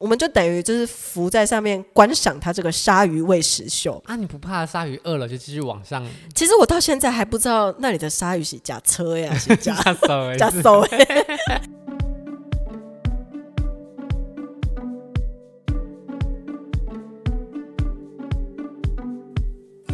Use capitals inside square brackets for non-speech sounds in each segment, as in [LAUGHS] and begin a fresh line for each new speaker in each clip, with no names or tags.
我们就等于就是浮在上面观赏它这个鲨鱼喂食秀。
啊，你不怕鲨鱼饿了就继续往上
其实我到现在还不知道那里的鲨鱼是假车呀，是假
下手而已
假手哎。
[LAUGHS]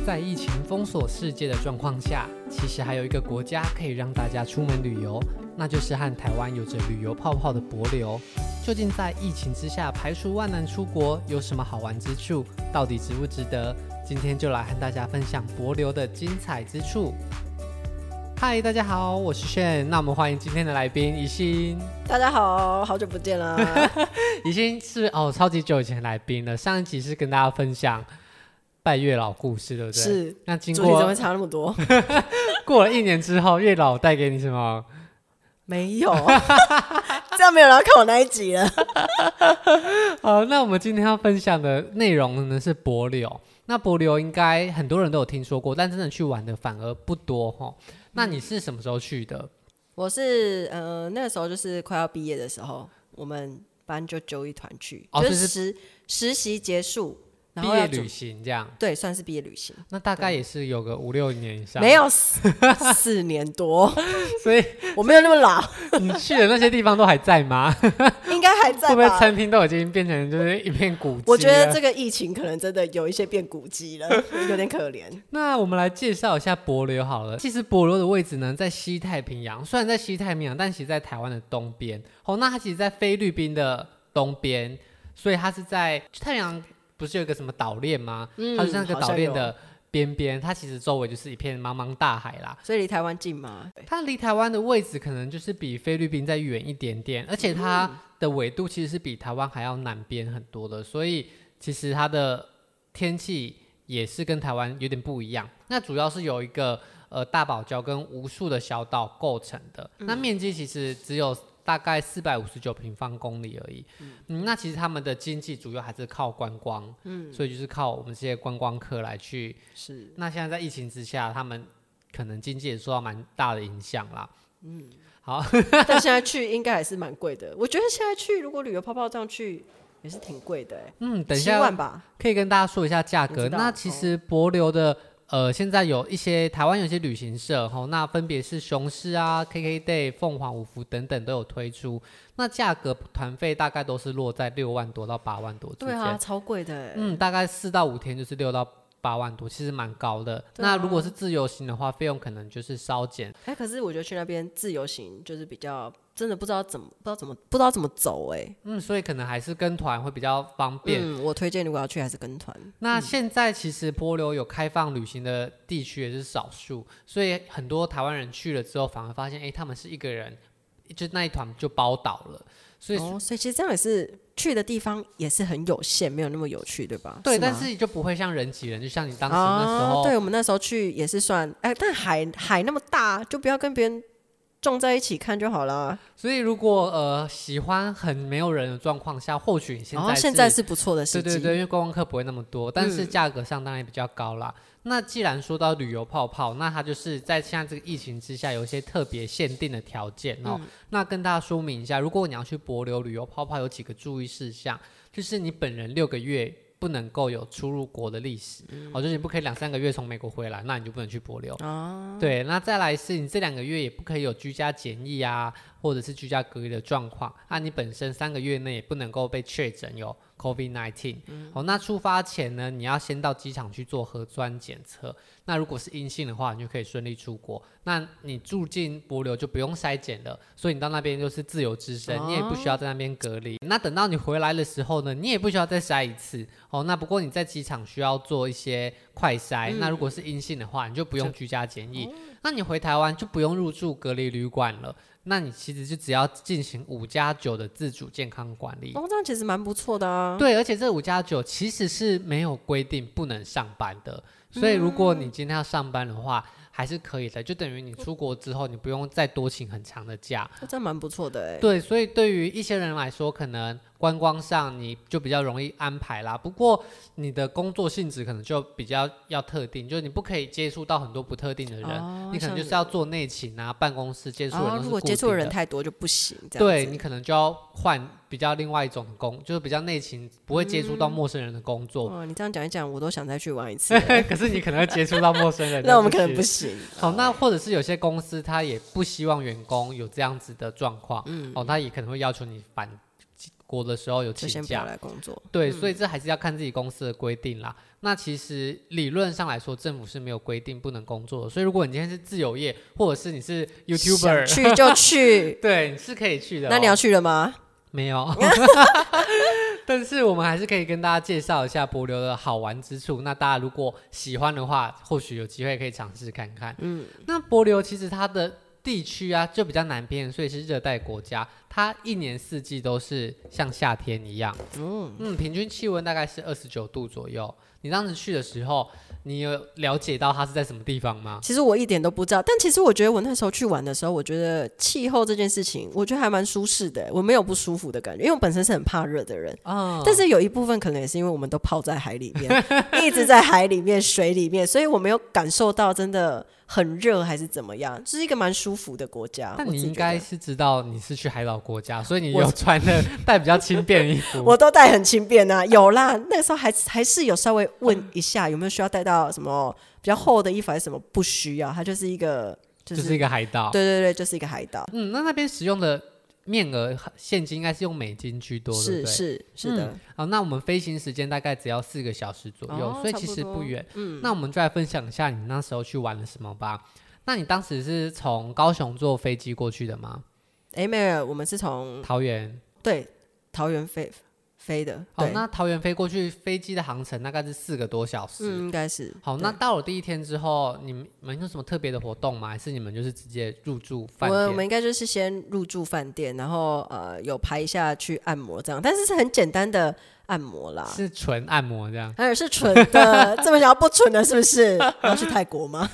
在疫情封锁世界的状况下，其实还有一个国家可以让大家出门旅游，那就是和台湾有着旅游泡泡的帛琉。究竟在疫情之下排除万难出国有什么好玩之处？到底值不值得？今天就来和大家分享帛琉的精彩之处。嗨，大家好，我是炫。那我们欢迎今天的来宾宜兴。
大家好，好久不见啦！
已经是哦，超级久以前的来宾了。上一集是跟大家分享拜月老故事，对不对？。
是，
那经
主题怎么
过
会差那么
[LAUGHS]
多？
过了一年之后，月老带给你什么？
没
[LAUGHS]
有，这样没有人要看我那一集了。
好，那我们今天要分享的内容呢是帛琉。那帛琉应该很多人都有听说过，但真的去玩的反而不多哈。那你是什么时候去的？
我是呃那个时候就是快要毕业的时候，我们班就揪一团去，
哦
就
这
是
是
实实习结束，然
毕
嗯后
业
要准
旅行这样，
对，算是毕业旅行，
那大概也是有个五六年以上。
没，有四 [LAUGHS] 四年多，
所以
我没有那么老，
你去的那些地方都还在吗？
[LAUGHS] 应该还在
[LAUGHS] 会不会啊
吧。
餐厅都已经变成就是一片古迹了？
我觉得这个疫情可能真的有一些变古迹
[LAUGHS]
了，有点可怜。
那我们来介绍一下帛琉好了。其实帛琉的位置呢，在西太平洋，虽然在西太平洋，但其实在台湾的东边。哦，那它其实，在菲律宾的东边，所以它是在太平洋不是有一个什么岛链吗？
嗯
它就像一个
好
岛
像
链
有
的边边，它其实周围就是一片茫茫大海啦。
所以离台湾近吗？
它离台湾的位置可能就是比菲律宾再远一点点，而且它的纬度其实是比台湾还要南边很多的，所以其实它的天气也是跟台湾有点不一样。那主要是有一个呃大堡礁跟无数的小岛构成的，那面积其实只有。大概四百五十九平方公里而已，嗯，那其实他们的经济主要还是靠观光，嗯，所以就是靠我们这些观光客来去
是，
那现在在疫情之下，他们可能经济也受到蛮大的影响啦。
[LAUGHS] 但现在去应该还是蛮贵的。我觉得现在去如果旅游泡泡这样去也是挺贵的、欸，
嗯，等一
七
下
万吧。
可以跟大家说一下价格。
我知道哦
那其实博流的呃，现在有一些台湾有一些旅行社吼，那分别是雄狮啊、KKday、凤凰、五福等等都有推出。那价格团费大概都是落在六万多到八万多之
对
间。
啊，超贵的、欸。
嗯，大概四到五天就是六到。八万多其实蛮高的，
对啊
那如果是自由行的话，费用可能就是稍减
哎、可是我觉得去那边自由行就是比较真的不知道怎么不知道怎么不知道怎么走哎、
嗯，所以可能还是跟团会比较方便。
嗯，我推荐如果要去还是跟团。
那现在其实波流有开放旅行的地区也是少数，所以很多台湾人去了之后，反而发现，哎、他们是一个人，就那一团就包倒了。所以，
哦，所以其实这样也是去的地方也是很有限，没有那么有趣，对吧？吗
对，但是就不会像人挤人，就像你当时那时
啊，
候，
对我们那时候去也是算，哎、但海海那么大，就不要跟别人撞在一起看就好啦。
所以如果呃喜欢很没有人的状况下，或许你现
然
在、
后哦现在是不错的时
对
机，
对对，因为观光客不会那么多，但是价格上当然也比较高啦。那既然说到旅游泡泡，那它就是在现在这个疫情之下，有一些特别限定的条件哦。那跟大家说明一下，如果你要去博流旅游泡泡，有几个注意事项，就是你本人六个月。不能够有出入国的历史，哦，就是你不可以两三个月从美国回来，那你就不能去博流。对，那再来是你这两个月也不可以有居家检疫啊，或者是居家隔离的状况。那你本身三个月内也不能够被确诊有 COVID nineteen、好，那出发前呢，你要先到机场去做核酸检测。那如果是阴性的话，你就可以顺利出国。那你住进博流就不用筛检了，所以你到那边就是自由之身，你也不需要在那边隔离。那等到你回来的时候呢，你也不需要再筛一次。哦，那不过你在机场需要做一些快筛。那如果是阴性的话，你就不用居家检疫。那你回台湾就不用入住隔离旅馆了。那你其实就只要进行五加九的自主健康管理。
哦，这样其实蛮不错的啊。
对，而且这五加九其实是没有规定不能上班的，所以如果你今天要上班的话，还是可以的，就等于你出国之后，你不用再多请很长的假。
这样蛮不错的哎、
对，所以对于一些人来说，可能观光上你就比较容易安排啦。不过你的工作性质可能就比较要特定，就是你不可以接触到很多不特定的人，
哦
你可能就是要做内勤啊、办公室接触人
哦
都，是
如
固
果
定
接触的人
的
太多就不行，这样
对
子
你可能就要换比较另外一种工，就是比较内勤，不会接触
嗯
到陌生人的工作。 [LAUGHS]
哇，哦你这样讲一讲，我都想再去玩一次了。
可是你可能会接触到
[LAUGHS]
陌生人
哦，那我们可能
就
不
是
行。
好，那或者是有些公司他也不希望员工有这样子的状况，哦，他也可能会要求你返国的时候有
嗯就
请
先不要嗯
假，
来工作。
对，所以这还是要看自己公司的规定啦。那其实理论上来说，政府是没有规定不能工作的，所以如果你今天是自由业，或者是你是
想
YouTuber，
去就去。
[LAUGHS] 对，你是可以去的哦、
那你要去了吗？
没
[LAUGHS]
有，但是我们还是可以跟大家介绍一下柏流的好玩之处。那大家如果喜欢的话，或许有机会可以尝试看看。嗯，那柏流其实它的地区啊就比较南边，所以是热带国家，它一年四季都是像夏天一样。嗯平均气温大概是二十九度左右。你当时去的时候，你有了解到它是在什么地方吗？
其实我一点都不知道，但其实我觉得我那时候去玩的时候，我觉得气候这件事情，我觉得还蛮舒适的，我没有不舒服的感觉，因为我本身是很怕热的人。
啊、
但是有一部分可能也是因为我们都泡在海里面，一直在海里面、水里面，所以我没有感受到真的很热还是怎么样，就是一个蛮舒服的国家。
但
啊我
你
自己
应
觉得
该是知道你是去海岛国家，所以你
我
有穿的
[LAUGHS]
带比较轻便的衣服。
我都带很轻便啊，有啦，那时候还还是有稍微问一下有没有需要带到什么比较厚的衣服还是什么，不需要，它就是一个就、
就是是一个海岛。
对对对，就是一个海岛，
嗯，那那边使用的面额现金应该是用美金居多，对
是
不对？
是是的，
好，那我们飞行时间大概只要四个小时左右，
哦
所以
差
其
不
实
多
不远。嗯，那我们就来分享一下你那时候去玩了什么吧。那你当时是从高雄坐飞机过去的吗？
哎、没有，我们是从
桃园。
对桃园飞飞的，
好，
对，
哦那桃园飞过去，飞机的航程大概是四个多小时。
嗯，应该是
好，那到了第一天之后，你们你们有什么特别的活动吗？还是你们就是直接入住
我
饭
们我
店？
们应该就是先入住饭店，然后呃有排一下去按摩这样，但是是很简单的按摩啦。
是纯按摩这样？
还有是纯的，这么想要不纯的，是不是？ [LAUGHS] 你要去泰国
[LAUGHS]
吗？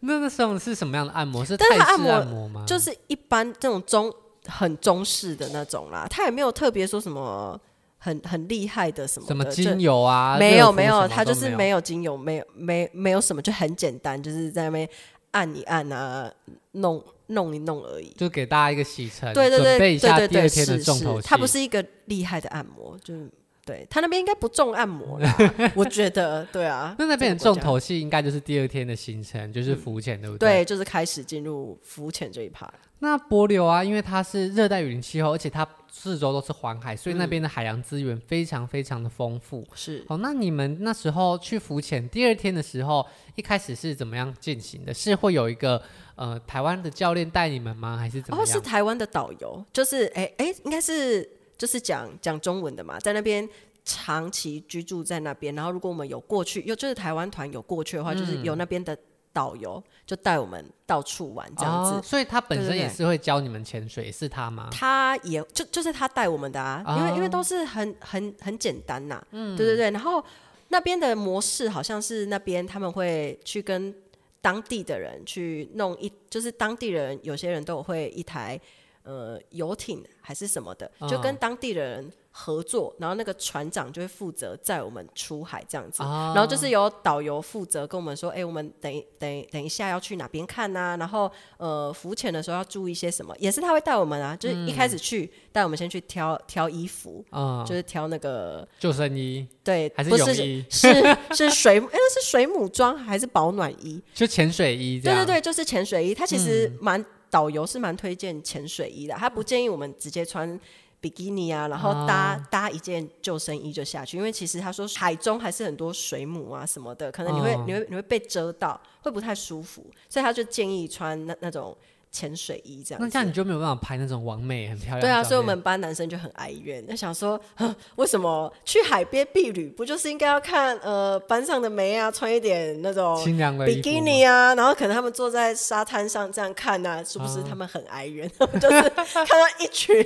那那时候是什么样的按摩？是泰
但是它按
式
摩
按摩吗？
就是一般这种中很中式的那种啦，他也没有特别说什么很很厉害的什么
什么
的
精
就
油啊？
没
热
有
敷
没
什么
有，
都
他就是
没
没有精油，没有没没有什么，就很简单，就是在那边按一按啊，弄弄一弄而已。
就给大家一个洗尘，
对对
呃准备
对
一下
对对
第
对，
二天的
是
重头
是，
戏。
他不是一个厉害的按摩，就是对他那边应该不重按摩
[LAUGHS]
啦，我觉得对啊。
那那边的
这个
重
国家嗯
头戏应该就是第二天的行程，就是浮潜，对不对？
对，就是开始进入浮潜这一趴。
那波流啊，因为它是热带雨林气候，而且它四周都是环海，所以
嗯
那边的海洋资源非常非常的丰富。
是
好，哦那你们那时候去浮潜第二天的时候，一开始是怎么样进行的？是会有一个呃台湾的教练带你们吗？还是怎么
哦，
样？
是台湾的导游，就是哎哎、应该是就是讲讲中文的嘛，在那边长期居住在那边，然后如果我们有过去，又就是台湾团有过去的话，就是有那边的导游就带我们到处玩这样子。
哦所以他本
对对
身也
对
是会教你们潜水，是他吗？
他也就就是他带我们的啊，因为、因为
哦
都是很很很简单呐、
嗯
对对对。然后那边的模式好像是那边他们会去跟当地的人去弄一，就是当地人有些人都有会一台呃游艇还是什么的，就跟
嗯
当地的人合作，然后那个船长就会负责载我们出海这样子。
啊
然后就是由导游负责跟我们说，哎、我们等一等一等一下要去哪边看呐、然后呃，浮潜的时候要注意些什么，也是他会带我们啊，就是一开始去带、我们先去挑挑衣服，
嗯，
就是挑那个
救生衣
对，
还是
不
泳
是
衣，
是 [LAUGHS] 是水，哎、那是水母装还是保暖衣？
就潜水衣这
对
样。嗯
对对，就是潜水衣，他其实蛮、导游是蛮推荐潜水衣的，他不建议我们直接穿。比基尼啊，然后
哦
搭、搭一件救生衣就下去，因为其实他说海中还是很多水母啊什么的，可能你会、
哦
你会你会被遮到，会不太舒服，所以他就建议穿那那种潜水衣这样子。
那这样你就没有办法拍那种完美很漂亮的
对
照片。
啊，所以我们班男生就很哀怨，那想说， [LAUGHS] 哼为什么去海边避旅不就是应该要看呃班上的梅啊，穿一点那种
清凉的
比
衣服
基
吗 [LAUGHS]
尼啊，然后可能他们坐在沙滩上这样看呐、是不是
啊
他们很哀怨？ [LAUGHS] 他们就是看到一群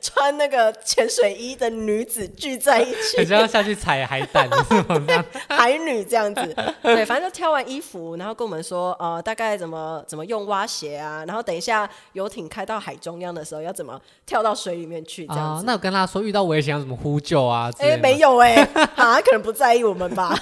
穿那个潜水衣的女子聚在一
[LAUGHS] 很
起，
像要下去踩海
[LAUGHS]
胆，是吗？这样
海女这
[LAUGHS]
样子。对，反正就挑完衣服，然后跟我们说，呃，大概怎么怎么用蛙鞋啊，然后等一下游艇开到海中央的时候要怎么跳到水里面去这样
啊，
子。
那我跟他说遇到危险要怎么呼救啊？之
哎、
类的
没
吗，
有哎、 [LAUGHS] 啊，他可能不在意我们吧？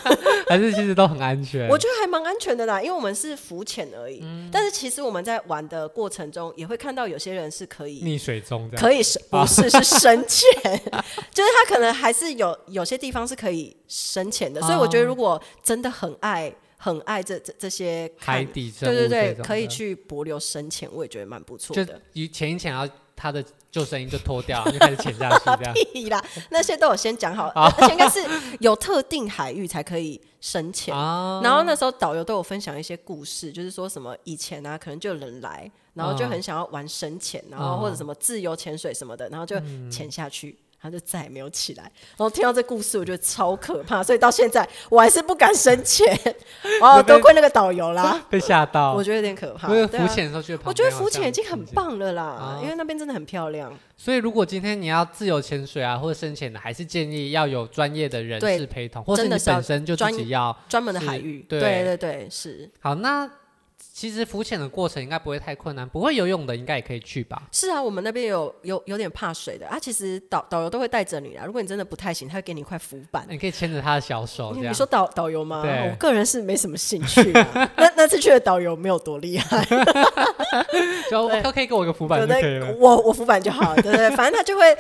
还是其实都很安全。
我觉得还蛮安全的啦，因为我们是浮潜而已。
嗯
但是其实我们在玩的过程中，也会看到有些人是可以
溺水中这样。
可以深，不是是深潜，
啊
[LAUGHS] 就是他可能还是有有些地方是可以深潜
哦
的，所以我觉得如果真的很爱很爱这这这些看
海底生物
对对
这
对，
种
可以
的
去柏流深潜，我也觉得蛮不错
就
的。
一前一潜，然后他的救生衣就脱掉，然后就开始潜下去
[LAUGHS]
这样。
屁啦，那些都有先讲好，而且应该是有特定海域才可以深潜。
啊，
然后那时候导游都有分享一些故事，就是说什么以前啊，可能就有人来，然后就很想要玩深潜，然
哦
后或者什么自由潜水什么的，然后就潜下去。然后就再也没有起来。然后听到这故事，我觉得超可怕，所以到现在我还是不敢深潜。哦，多亏那个导游
[LAUGHS]
啦，
被吓到。
我觉得有点可怕。
因为
对
浮
啊，
潜的时候去，
我觉得浮潜已经很。棒了啦
啊，
因为那边真的很漂亮。
所以如果今天你要自由潜水啊，或者深潜的，还是建议要有专业的人
对
士陪同，或是
真的
你
是要
本身就自己要。
专门的
是
海域，
对
对对对，是
好，那其实浮潜的过程应该不会太困难，不会游泳的应该也可以去吧？
是啊，我们那边有有有点怕水的啊，其实导导游都会带着你啦。啊如果你真的不太行，他会给你一块浮板。
你可以牵着他的小手哦这
你你
样。
说导导游吗？
对
我个人是没什么兴趣
[LAUGHS]
啊。那那次去的导游没有多厉害，
就
对
可可以给我一个 [LAUGHS] 浮板
对
就
不
可
对？
以了。
我我浮板就好了，对不对？反正他就会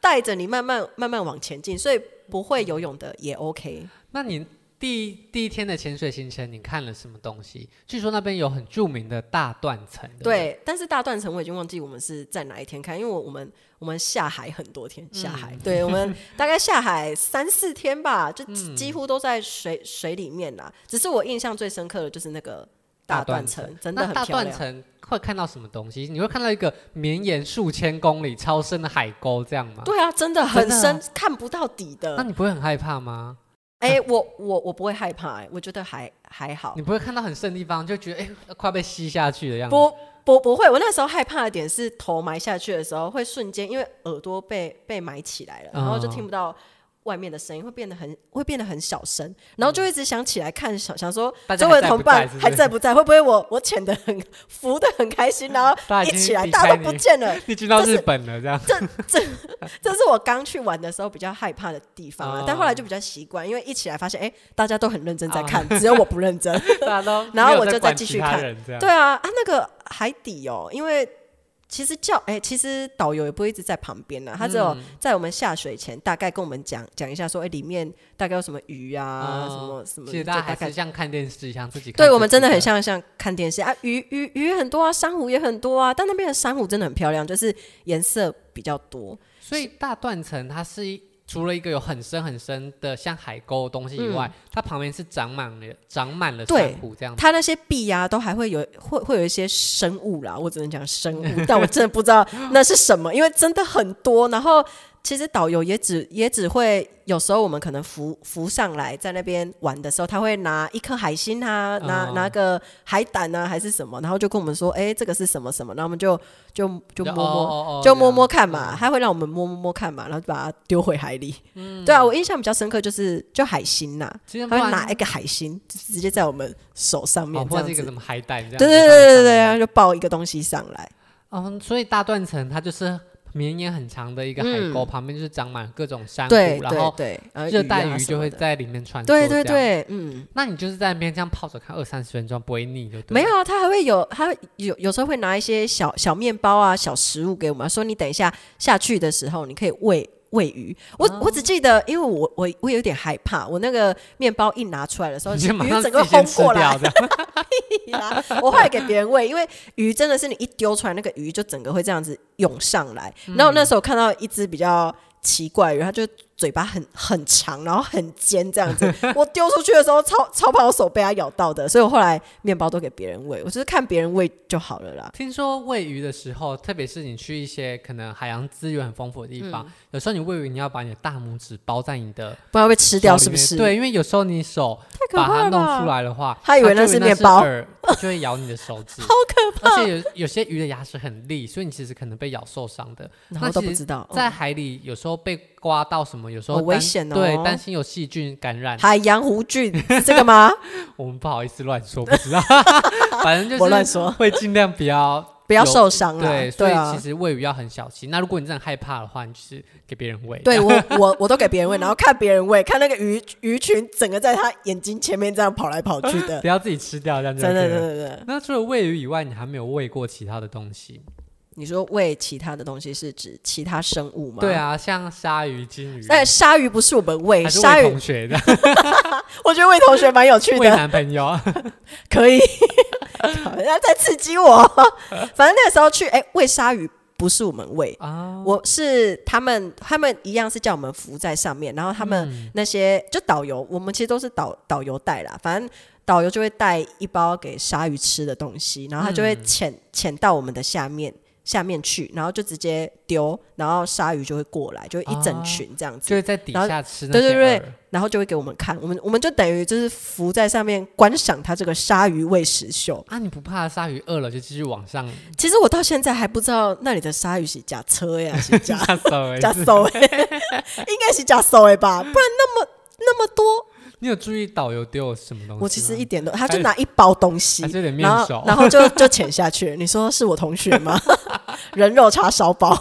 带着你慢慢慢慢往前进，所以不会游泳的也 OK。
那你第第一天的潜水行程，你看了什么东西？据说那边有很著名的大断层。不对，
对，但是大断层我已经忘记我们是在哪一天看，因为我我们我们下海很多
嗯
天，下海，对我们大概下海三四天吧，
[LAUGHS]
就
嗯
几几乎都在水水里面啦。只是我印象最深刻的就是那个
大
大断
断
层
层，
真的
那
很
大
漂
断
亮。
层啊会看到什么东西？你会看到一个绵延数千公里、超深的海沟这样吗？
对啊，真的很
真的啊
深，看不到底
那
的。
你不会很害怕吗？
哎、我我我不会害怕、哎，我觉得还还好
你，不会看到很深的地方就觉得哎、要快被吸下去的样子？
不不不会。我那时候害怕的点是头埋下去的时候，会瞬间因为耳朵被被埋起来了，然后就
哦
听不到外面的声音，会变得很会变得很小声，然后就一直想起来看，想想说
大家
周
还
围的
在
同
不
伴
在是不
还
是
在不在，会不会我我潜的很浮的很开心，然后
大家已
一
经
起来
离
大家
开
都不
你
见了。
你进到
这是
日本了这样？
这是我刚去玩的时候比较害怕的地方啊，
哦
但后来就比较习惯，因为一起来发现，哎，大家都很认真在看，
啊
只有我不认真。
[LAUGHS] 大家都
然后
啊没有
我就
在
再
管
继
其
续
他
看
人这样。
对啊，啊那个海底哦，因为其实教哎、其实导游也不会一直在旁边啊呢、他只
嗯
有在我们下水前大概跟我们讲讲一下说，哎、里面大概有什么鱼啊，
哦
什么什么，
其实
就
大家
大
还
概
是。像看电视一样自己看自己。
对我们真的很像像看电视啊，鱼鱼鱼很多啊，珊瑚也很多啊，但那边的珊瑚真的很漂亮，就是颜色比较多。
所以大断层它是一除了一个有很深很深的像海沟的东西以外，它旁边是长满了长满了
嗯对
珊瑚这样子。
它那些壁啊，都还会有会会有一些生物啦，我只能讲生物， [LAUGHS] 但我真的不知道那是什么，因为真的很多。然后其实导游也只也只会有时候我们可能浮浮上来，在那边玩的时候，他会拿一颗海星啊，拿、
哦
拿个海胆啊，还是什么，然后就跟我们说，哎、这个是什么什么，然后我们就就就哦摸摸。
摸
就摸摸看嘛，他会让我们摸摸摸看嘛，然后就把它丢回海里。对啊，我印象比较深刻就是就海星呐、啊
其实
他会
不然
拿一个海星，就直接在我们手上
哦，
面这
或
样
者是一个
子。
什么海胆这样子
对对
放在上
对
面。
对对，然后就抱一个东西上来。
嗯，所以大断层它就是绵延很长的一个海沟，旁边就是长满各种珊
嗯
瑚，
对
然
对
后
对，然后
热
啊
带鱼
什
就
么
会
的
在里面穿梭。
对对。对，嗯，
那你就是在那边这样泡着看二三十分钟，不会腻就对。
没有，啊，他还会有，他有有时候会拿一些小小面包啊、小食物给我们，说你等一下下去的时候，你可以喂喂鱼。我、我只记得，因为我我我有点害怕，我那个面包一拿出来的时候，
[LAUGHS] 你
鱼
就马上
整
自
个
己
轰
先吃
过来
掉，
[LAUGHS]
这样。
啦，啊我后来给别人喂，因为鱼真的是你一丢出来，那个鱼就整个会这样子涌上来。然后那时候看到一只比较奇怪的鱼，它就嘴巴很很长，然后很尖这样 [LAUGHS] 子。我丢出去的时候，超超怕我手被它咬到的，所以我后来面包都给别人喂，我就是看别人喂就好了啦。
听说喂鱼的时候，特别是你去一些可能海洋资源很丰富的地
嗯
方，有时候你喂鱼，你要把你的大拇指包在你的
不然会被吃掉
手
是
里
不
面
是？，
对，因为有时候你手
太可
把
怕
它
了
弄
吧
出！来的话，
他以为那是
是
面包
饵， [LAUGHS] 就会咬你的手
[LAUGHS]
指。
好可怕，
而且有有些鱼的牙齿很利，所以你其实可能被咬受伤的。
然后都不
其实
知道。嗯
在海里有时候被刮到什么，有时候
好危
担
险哦
对，担心有细菌感染。
海洋弧菌是这个吗？
[LAUGHS]
[LAUGHS]
我们不好意思乱说，不知道，反正就
我乱
是
说。 [LAUGHS]
会尽量不要
不要受伤啊！
对，所以
啊
其，实喂鱼要很小心。那如果你真的害怕的话，你就是给别人喂。
对我我我都给别人喂，然后看别人喂，看那个鱼鱼群整个在他眼睛前面这样跑来跑去的，
[LAUGHS] 不要自己吃掉，这样就
真的
对
真
了
的真的。
那除了喂鱼以外，你还没有喂过其他的东西？
你说喂其他的东西是指其他生物吗？
对。啊，像鲨鱼、金鱼，
但鲨鱼不是我们喂，
还是
鲨
喂
鱼
同学的，
我觉得喂同学蛮有趣
喂
的，
男朋友。
[LAUGHS] 可以， [LAUGHS] 要再刺激我。反正那个时候去，哎、喂鲨鱼不是我们喂，
啊，
我是他们，他们一样是叫我们浮在上面，然后他们那些、就导游，我们其实都是导导游带啦，反正导游就会带一包给鲨鱼吃的东西，然后他就会潜潜、到我们的下面下面去，然后就直接丢，然后鲨鱼就会过来，就会一整群这样子，
就是在底下吃那
对对对
些饵
然后就会给我们看，我们我们就等于就是浮在上面观赏它这个鲨鱼喂食秀。
啊，你不怕鲨鱼饿了就继续往上
其实我到现在还不知道那里的鲨鱼是假车
[LAUGHS]
呀，是 [LAUGHS] 假
下手、欸？
假手
[LAUGHS]
哎，应该是假手哎吧，不然那么那么多，
你有注意导游丢什么东西吗？
我其实一点都，他就拿一包东西
还是有点，面
然后
熟
然后就就潜下去。你说是我同学
[LAUGHS]
吗？人肉叉烧包，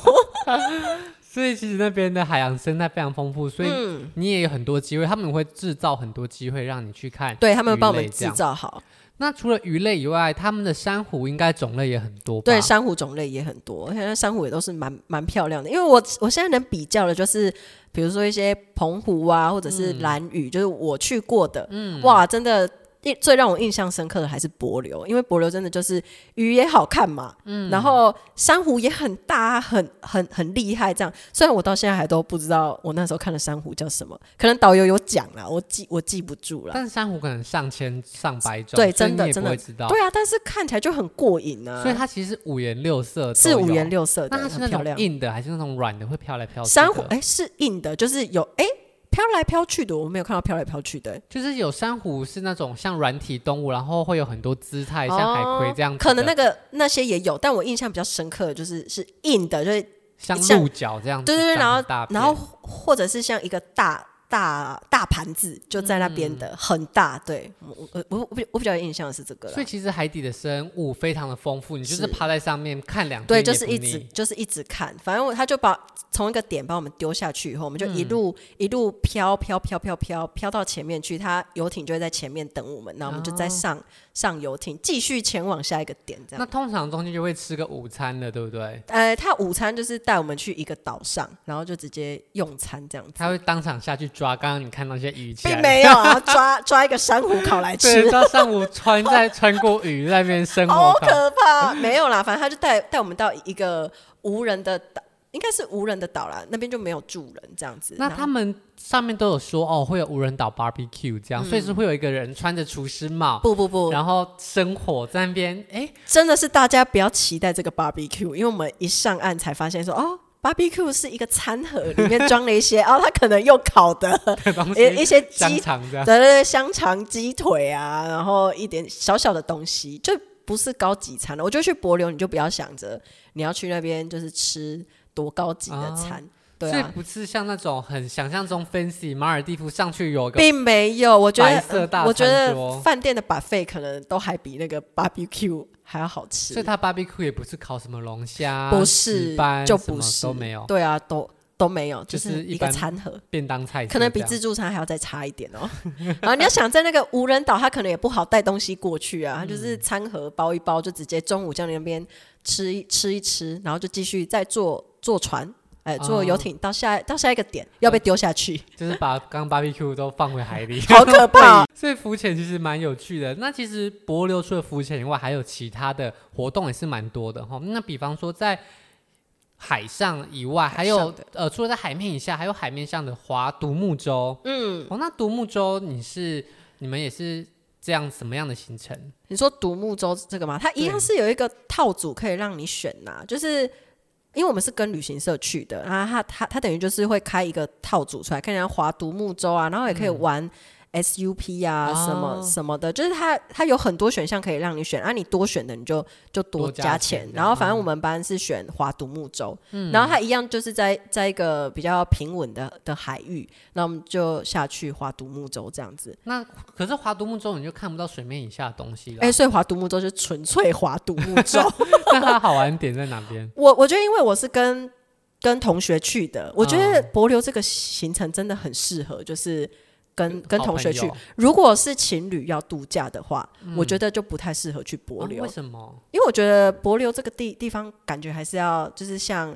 所以其实那边的海洋生态非常丰富，所
嗯
以你也有很多机会，他们会制造很多机会让你去看。
对他们会帮我
鱼
们
类这
制
样
造好，
那除了鱼类以外，他们的珊瑚应该种类也很多吧？
对，珊瑚种类也很多，现在珊瑚也都是蛮蛮漂亮的。因为我我现在能比较的就是，比如说一些澎湖啊，或者是
嗯
蓝屿，就是我去过的，哇，真的。一最让我印象深刻的还是帛琉，因为帛琉真的就是鱼也好看嘛，
嗯
然后珊瑚也很大，很很很厉害。这样，虽然我到现在还都不知道我那时候看的珊瑚叫什么，可能导游有讲啦，我记我记不住了。
但珊瑚可能上千上百种，
对
所以
真的
你也不
真
会
的
知道。
对啊，但是看起来就很过瘾啊
所以，它其实五颜六色，
是五颜。六色的，
那它是那
很漂
种
亮。
硬的还是那种软的，会飘来飘去的？
珊瑚哎、是硬的，就是有哎飘、来飘去的，我没有看到飘来飘去的、
就是有珊瑚是那种像软体动物，然后会有很多姿态，
哎
像海葵这样嗯子的、
可能那个那些也有，但我印象比较深刻的就是是硬的，就是
像
像
鹿角这样子，
对对对，然
长很
后
大片
然后或者是像一个大大大盘子就在那边
嗯
的、很大，对我我我我比我比较有印象的是这个
所
啦
以。其实海底的生物非常的丰富，你就是
是
趴在上面看两
对，
天
就
也
是
不
一直
腻
就是一直看，反正我他就把从一个点把我们丢下去以后，我们就
嗯
一路、一路飘飘飘飘飘飘到前面去，他游艇就会在前面等我们，然后我们就
哦
再上、上游艇继续前往下一个点，这
那
样。
通常中间就会吃个午餐的，对不对？
呃，他午餐就是带我们去一个岛上，然后就直接用餐这样子，
他会当场下去抓刚刚你看到那些鱼起来
并，没有啊，抓 [LAUGHS] 抓一个珊瑚烤来吃哦
对，，抓上午穿在穿过鱼在那边生
好
活
可怕！没有啦，反正他就带带我们到一个无人的岛，应该是无人的岛啦，那边就没有住人这样子。
那
然
他
后
们上面都有说哦，会有无人岛 barbecue 这样，所以是会有一个人穿着厨师帽，
不嗯不不，
然后生火在那边，哎，
真的是大家不要期待这个 barbecue，因为我们一上岸才发现说哦。barbecue 是一个餐盒，里面装了一些 [LAUGHS] 哦，他可能用烤
[LAUGHS]
的
这东西
一一些鸡，
香
对
肠这样。
对对，香肠、鸡腿啊，然后一点小小的东西，就不是高级餐了。我觉得去柏流，你就不要想着你要去那边就是吃多高级的餐，对
所以
啊，
不是像那种很想象中 fancy 马尔蒂夫上去有个
并没有。我觉
白色
得嗯
大，
我觉
餐
得
桌
饭店的 buffet 可能都还比那个 barbecue 还要好吃。
所以它 barbecue 也不是烤什么龙虾，
不
石
是
斑，
就
什么
不是
都没有，
对啊，都都没有，
就是是一
一个
般
餐盒，
便当菜色
可能比
哎这样
自助餐还要再差一点哦。 [LAUGHS] 然后你要想在那个无人岛，他可能也不好带东西过去啊，他
嗯
就是餐盒包一包，就直接中午叫你那边吃一吃一吃，然后就继续再坐坐船。哎，
哦
坐游艇到下到下一个点，要被丢下
[LAUGHS]
去，
就是把刚 barbecue 都放回海
[LAUGHS]
里，
好可怕！哦
哦所以浮潜其实蛮有趣的。那其实帛琉除了浮潜以外，还有其他的活动也是蛮多的哈。那比方说在海上以外，还
海
有
上的
呃，除了在海面以下，还有海面上的划独木舟。嗯，哦，那独木舟你是你们也是这样什么样的行程？
你说独木舟这个吗？它一样
对
是有一个套组可以让你选呐、就是因为我们是跟旅行社去的，然后它它它等于就是会开一个套组出来，看人家划独木舟啊，然后也可以玩。 SUP 呀、啊什么
嗯哦
什么的，就是它它有很多选项可以让你选，啊，你多选的你就就多
多加
加
钱嗯
钱。
这样
然后反正我们班是选划独木舟，然后它一样就是在在一个比较平稳的的海域，那我们就下去划独木舟这样子。
那可是划独木舟你就看不到水面以下的东西了。
哎、所以划独木舟就纯粹划独木舟。
那它好玩点在哪边？
我我觉得因为我是跟跟同学去
嗯
的，我觉得博流这个行程真的很适合，就是跟跟
好
同
朋
学去
友。嗯
如果是情侣要度假的话，我觉得就不太适合去博
哦
流，
为什么？
因为我觉得博流这个地地方感觉还是要就是像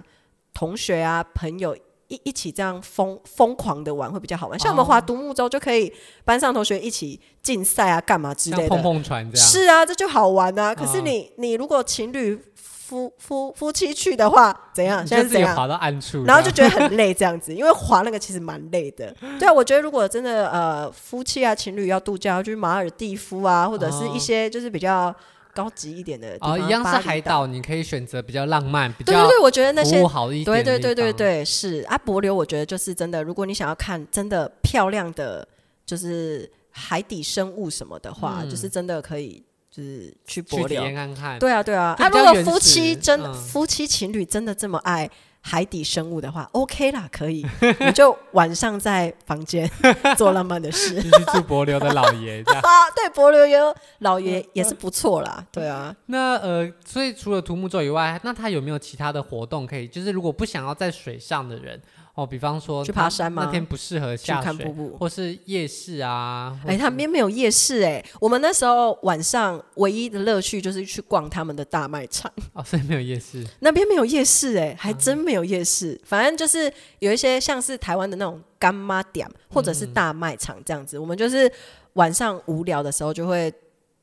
同学啊朋友。一一起这样疯疯狂的玩会比较好玩，像我们
哦
划独木舟就可以班上同学一起竞赛啊，干嘛之类
像
的。
碰碰船这样？
是啊，这就好玩啊。可是
嗯
你、你如果情侣夫夫夫妻去的话，怎样？
你
啊现在
就是自
怎
己
样？
滑到暗处这样，
然后就觉得很累，这样子，因为滑那个其实蛮累的。对啊，我觉得如果真的呃夫妻啊情侣要度假，要去马尔蒂夫啊，或者是一
哦
些就是比较高级一点的地
哦，
方，
一样是
巴厘
海
岛。
岛，你可以选择比较浪漫、比
对对
较
对，我觉得那些
服务好一点
对
的
对对对
地方，
对，是啊，帛琉我觉得就是真的，如果你想要看真的漂亮的，就是海底生物什么的话，
嗯
就是真的可以就是去
去
帛
体验
琉。
看看。
对啊，对啊，
就
啊，
比
如
较
果
原
夫妻
始
真、
嗯
夫妻情侣真的这么爱海底生物的话，OK 啦，可以， [LAUGHS] 你就晚上在房间做浪漫的事。
继续住柏流的老爷这
[LAUGHS]
样。
啊，对，帛琉也有老爷也是不错啦，对啊，
那呃，所以除了独木舟以外，那他有没有其他的活动可以？就是如果不想要在水上的人，哦，比方说
去
他
爬山吗
那天不适合
去
下
看瀑
水，
布。
或是夜市啊，或
哎、他
是
们那边没有夜市哎、我们那时候晚上唯一的乐趣就是去逛他们的大卖场，
哦，所以没有夜市，
那边没有夜市哎、
嗯
还真没有夜市。反正就是有一些像是台湾的那种干妈店或者是大卖场这样子，我们就是晚上无聊的时候就会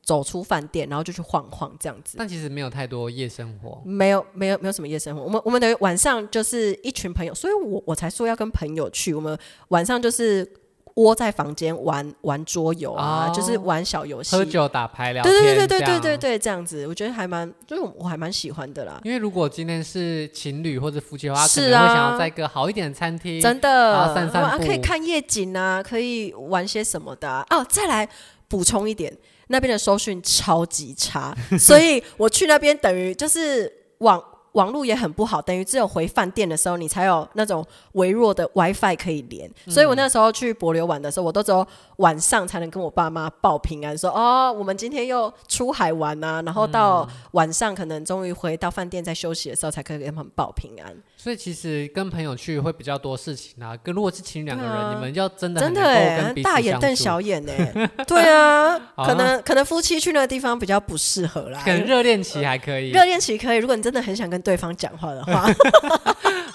走出饭店，然后就去晃晃这样子。
但其实没有太多夜生活。
没有，没有，没有什么夜生活。我们我们的晚上就是一群朋友，所以我我才说要跟朋友去。我们晚上就是窝在房间玩玩桌游啊，
哦
就是玩小游戏，
喝酒、打牌、聊天，
对对对对对
这
对
样。
对，这样子，我觉得还蛮，就是我还蛮喜欢的啦，
因为如果今天是情侣或者夫妻的话，他可
是
能会
啊
想要在一个好一点的餐厅，
真
然
的，
后散散
啊，可以
步
看夜景啊，可以玩些什么的啊、哦，再来补充一点，那边的搜讯超级差， [LAUGHS] 所以我去那边等于就是网。网络也很不好，等于只有回饭店的时候，你才有那种微弱的 WiFi 可以连。
嗯
所以我那时候去博流玩的时候，我都只有晚上才能跟我爸妈报平安，说哦，我们今天又出海玩啊，然后到
嗯
晚上可能终于回到饭店再休息的时候，才可以给他们报平安。
所以其实跟朋友去会比较多事情啊。跟如果是情侣两个人，
对啊
你们要真的
真
很
的
能够
哎
跟，彼此
大眼
相
瞪
处
小眼
[LAUGHS]
哎，对啊，
好
可
那
能可能夫妻去那个地方比较不适合啦
可。能热恋期还可以。
热恋期可以，如果你真的很想跟对方讲话的
[LAUGHS]
话，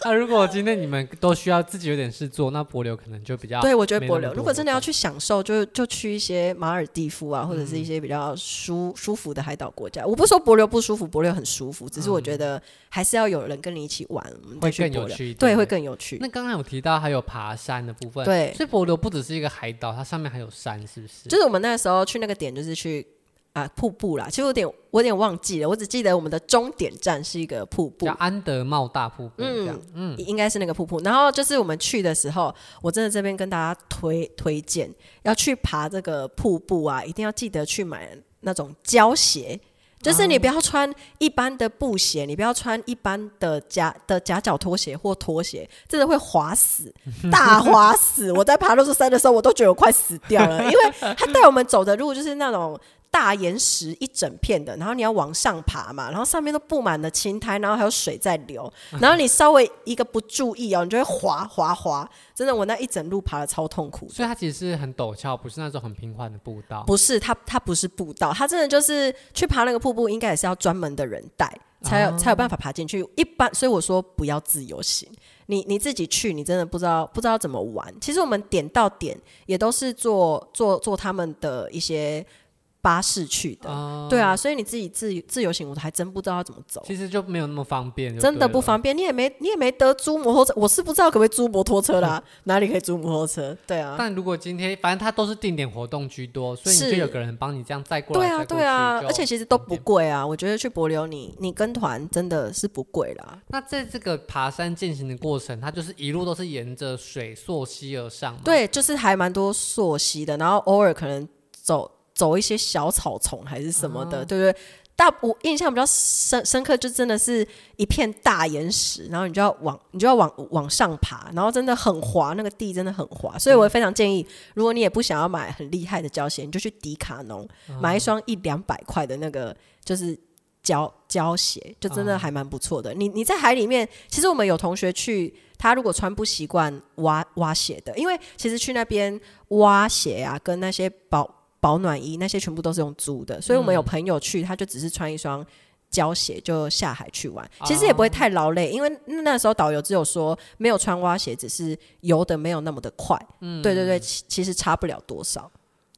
那、如果今天你们都需要自己有点事做，那柏流可能就比较
对我觉得
没
博
那么
流，
多
如果真的要
活动
去享受，就就去一些马尔蒂夫啊，或者是一
嗯
些比较舒舒服的海岛国家。我不是说博流不舒服，博流很舒服，只是我觉得还是要有人跟你一起玩，我们再
嗯会
去
更
博
有
流，
趣一点。
对，会更有趣。
那刚刚有提到还有爬山的部分，
对
所以柏流不只是一个海岛，它上面还有山，是不是？
就是我们那时候去那个点，就是去啊瀑布啦。其实我有点我有点忘记了，我只记得我们的终点站是一个瀑布
叫，安德茂大瀑布这样。嗯，
应该是那个瀑布。然后就是我们去的时候，我真的这边跟大家推推荐，要去爬这个瀑布啊，一定要记得去买那种胶鞋。就是你不要穿一般的布鞋，你不要穿一般的夹的夹脚拖鞋或拖鞋，真的会滑死，大滑死！我在爬露宿山的时候，我都觉得我快死掉了，因为他带我们走的路就是那种大岩石一整片的，然后你要往上爬嘛，然后上面都布满了青苔，然后还有水在流，然后你稍微一个不注意哦，你就会滑滑滑，真的，我那一整路爬的超痛苦。
所以它其实是很陡峭，不是那种很平缓的步道。
不是，它它不是步道，它真的就是去爬那个瀑布，应该也是要专门的人带才
哦
有、才有办法爬进去。一般，所以我说不要自由行，你你自己去，你真的不知道不知道怎么玩。其实我们点到点也都是做做做他们的一些巴士去的。
哦
对啊，所以你自己自自由行，我还真不知道要怎么走，
其实就没有那么方便，
真的不。方便。你也没你也没得租摩托车，我是不知道可不可以租摩托车
[LAUGHS]
啦，哪里可以租摩托车？对啊，
但如果今天反正它都是定点活动居多，所以你
是
就有个人帮你这样载过来，
对啊，
载过
对啊，
去
而且
就
其实都
方
不
便
贵啊。我觉得去柏流你你跟团真的是不贵啦。
那在这个爬山进行的过程，它就是一路都是沿着水溯溪而上嘛。，
对，啊就是还蛮多溯溪的，然后偶尔可能走走一些小草丛还是什么的，
哦
对不对？大我印象比较深深刻，就真的是一片大岩石，然后你就要往你就要往往上爬，然后真的很滑，那个地真的很滑，所以
嗯
我非常建议，如果你也不想要买很厉害的胶鞋，你就去迪卡侬
哦
买一双一两百块的那个，就是胶胶鞋，就真的还蛮不错的。你你在海里面，其实我们有同学去，他如果穿不习惯挖挖鞋的，因为其实去那边挖鞋啊，跟那些保保暖衣那些全部都是用租的，所以我们有朋友去，他就只是穿一双。胶鞋就下海去玩，其实也不会太劳累，因为那时候导游只有说没有穿蛙鞋，只是游的没有那么的快。嗯，对对对，其其实差不了多少。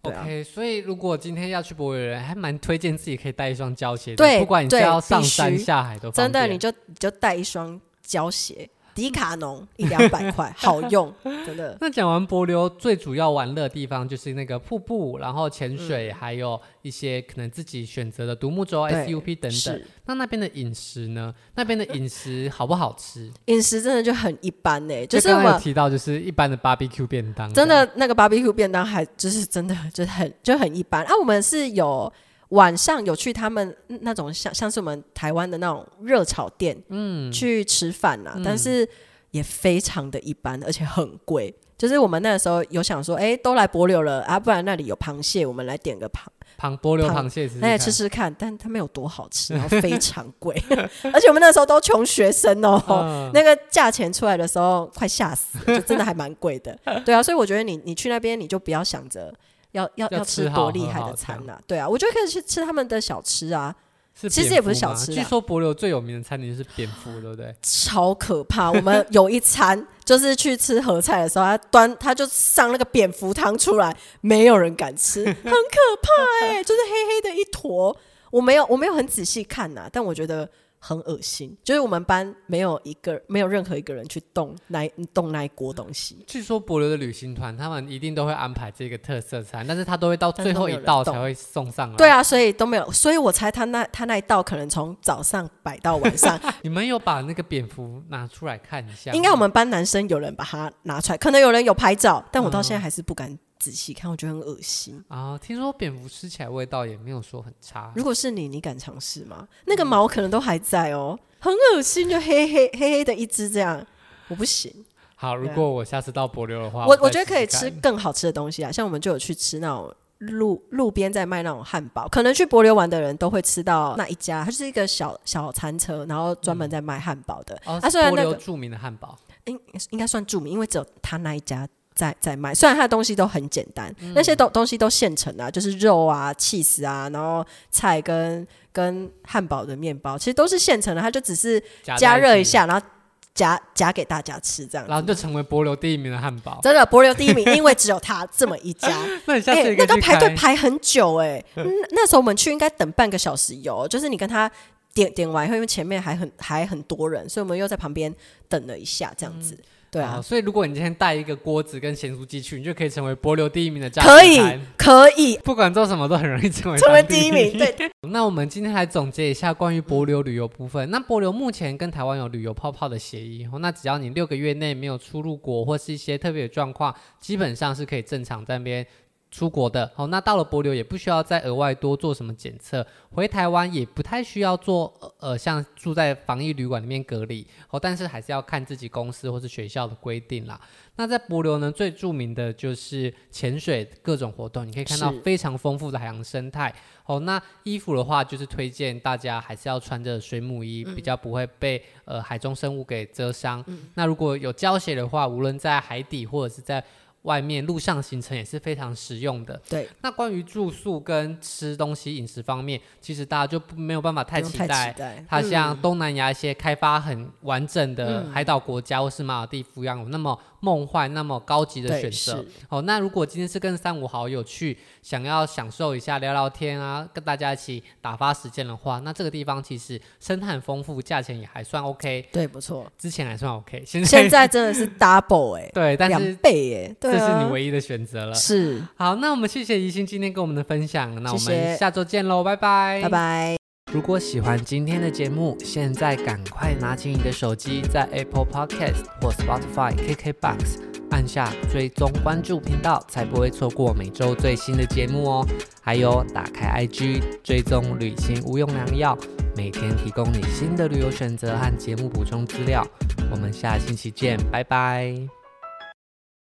对啊
OK，所以如果今天要去博伟人，还蛮推荐自己可以带一双胶鞋的，
对
不管你是
对
要上
必须
山下海都
真的，
方便
你就你就带一双胶鞋，迪卡侬一两百块，好
[LAUGHS]
用，真的。
那讲完柏流，最主要玩乐的地方就是那个瀑布，然后潜
嗯
水，还有一些可能自己选择的独木舟、
对
SUP 等等。
是
那那边的饮食呢？那边的饮食好不好吃？
饮食真的就很一般呢、就是
刚
我
刚有
们
提到，就是一般的 BBQ 便当，
真的那个 BBQ 便当还就是真的就是很就很一般啊。我们是有晚上有去他们那种像像是我们台湾的那种热炒店，嗯，去吃饭
嗯
呐、但是也非常的一般，而且很贵。就是我们那时候有想说，哎、都来柏柳了啊，不然那里有螃蟹，我们来点个螃
螃柏流
螃
螃蟹吃
那也吃吃看，但它没有多好吃，然后非常贵， [LAUGHS] 而且我们那时候都穷学生哦、
嗯
那个价钱出来的时候快吓死了，就真的还蛮贵
[LAUGHS]
的。对啊，所以我觉得你你去那边你就不要想着要要
要
要
吃
吃多
好
厉
喝
害
好
的
这
餐
样
呐、对啊，我觉得可以去吃他们的小吃啊，
是
其实
蝙
也不是
蝠
小
吗
吃啊
据
啦
说柏流最有名的餐厅是蝙蝠，对不对？
超可怕。我们有一餐就是去吃合菜的时候，他端他就上那个蝙蝠汤出来，没有人敢吃，很可怕哎、就是黑黑的一坨。我没有我没有很仔细看呐、但我觉得很恶心。就是我们班没有一个没有任何一个人去动那一动那一锅东西。
据说柏流的旅行团，他们一定都会安排这个特色餐，但是他都会到
但
最
都
后
没
一
有人
道
动
才会送上来。
对，啊，所以都没有，所以我猜他那他那一道可能从早上摆到晚上，
你们有把那个蝙蝠拿出来看一下吗？
应该我们班男生有人把它拿出来，可能有人有拍照，但我到现在还是不敢仔细看，我觉得很恶心。
啊，听说蝙蝠吃起来味道也没有说很差。
如果是你，你敢尝试吗？那个
嗯
毛可能都还在哦，很恶心，就黑黑黑黑的一只这样，我不行。
好，如
对啊
果我下次到柏流的话，
我
再
我觉得可以
试
吃
试看
更好吃的东西啊，像我们就有去吃那种路路边在卖那种汉堡，可能去柏流玩的人都会吃到那一家，它就是一个小小餐车，然后专门在卖汉堡的。
嗯哦，
啊，虽然
柏
那
流
个
著名的汉堡，
应应该算著名，因为只有他那一家。在在卖，虽然它的东西都很简单，
嗯
那些东东西都现成啊，就是肉啊、cheese 啊，然后菜跟跟汉堡的面包，其实都是现成的，它就只是
夹
加
在
热一
起，
下，然后夹夹给大家吃这样子。
然后就成为柏流第一名的汉堡。
真的，柏流第一名，因为只有他这么一家。
那 [LAUGHS] 你下
哎、
次也可
那个
以去
排队
开嗯
排很久
[LAUGHS]
哎、那那时候我们去应该等半个小时有，哦就是你跟他点点完以后，因为前面还很还很多人，所以我们又在旁边等了一下这样子。对
好
啊，
所以如果你今天带一个锅子跟咸酥鸡去，你就可以成为柏流第一名的炸
可
鸡
以
摊
可以
不管做什么都很容易成为
成为
当
第一名，对。
[LAUGHS] 那我们今天来总结一下关于博流旅游部分。那博流目前跟台湾有旅游泡泡的协议，哦那只要你六个月内没有出入国或是一些特别的状况，基本上是可以正常在那边。出国的哦，那到了博流也不需要再额外多做什么检测，回台湾也不太需要做呃呃像住在防疫旅馆里面隔离哦，但是还是要看自己公司或是学校的规定啦。那在博流呢，最著名的就是潜水各种活动，你可以看到
是
非常丰富的海洋生态，哦，那衣服的话，就是推荐大家还是要穿着水母衣，比较不会被呃海中生物给蛰伤。那如果有胶鞋的话，无论在海底或者是在外面路上行程也是非常实用的。
对，
那关于住宿跟吃东西饮食方面，其实大家就不没有办法太
不用
期
太
待
期待
它
嗯
像东南亚一些开发很完整的海岛国家或是马尔地夫一样，有那么梦幻、那么高级的
对
选
是
择。哦，那如果今天是跟三五好友去，想要享受一下、聊聊天啊，跟大家一起打发时间的话，那这个地方其实生态很丰富，价钱也还算 OK，
对，不错。
之前还算 OK，现在
现在真的是 double 哎、
[LAUGHS] 对，但
两
是
倍哎、对
这
啊，
是你唯一的选择了。
是，
好，那我们谢谢宜兴今天跟我们的分享，那我
谢
们
谢
下周见喽，拜拜，
拜。拜。
如果喜欢今天的节目，现在赶快拿起你的手机，在 Apple Podcast 或 Spotify、KKBox 按下追踪关注频道，才不会错过每周最新的节目哦。还有，打开 IG 追踪旅行无用良药，每天提供你新的旅游选择和节目补充资料。我们下星期见，拜拜。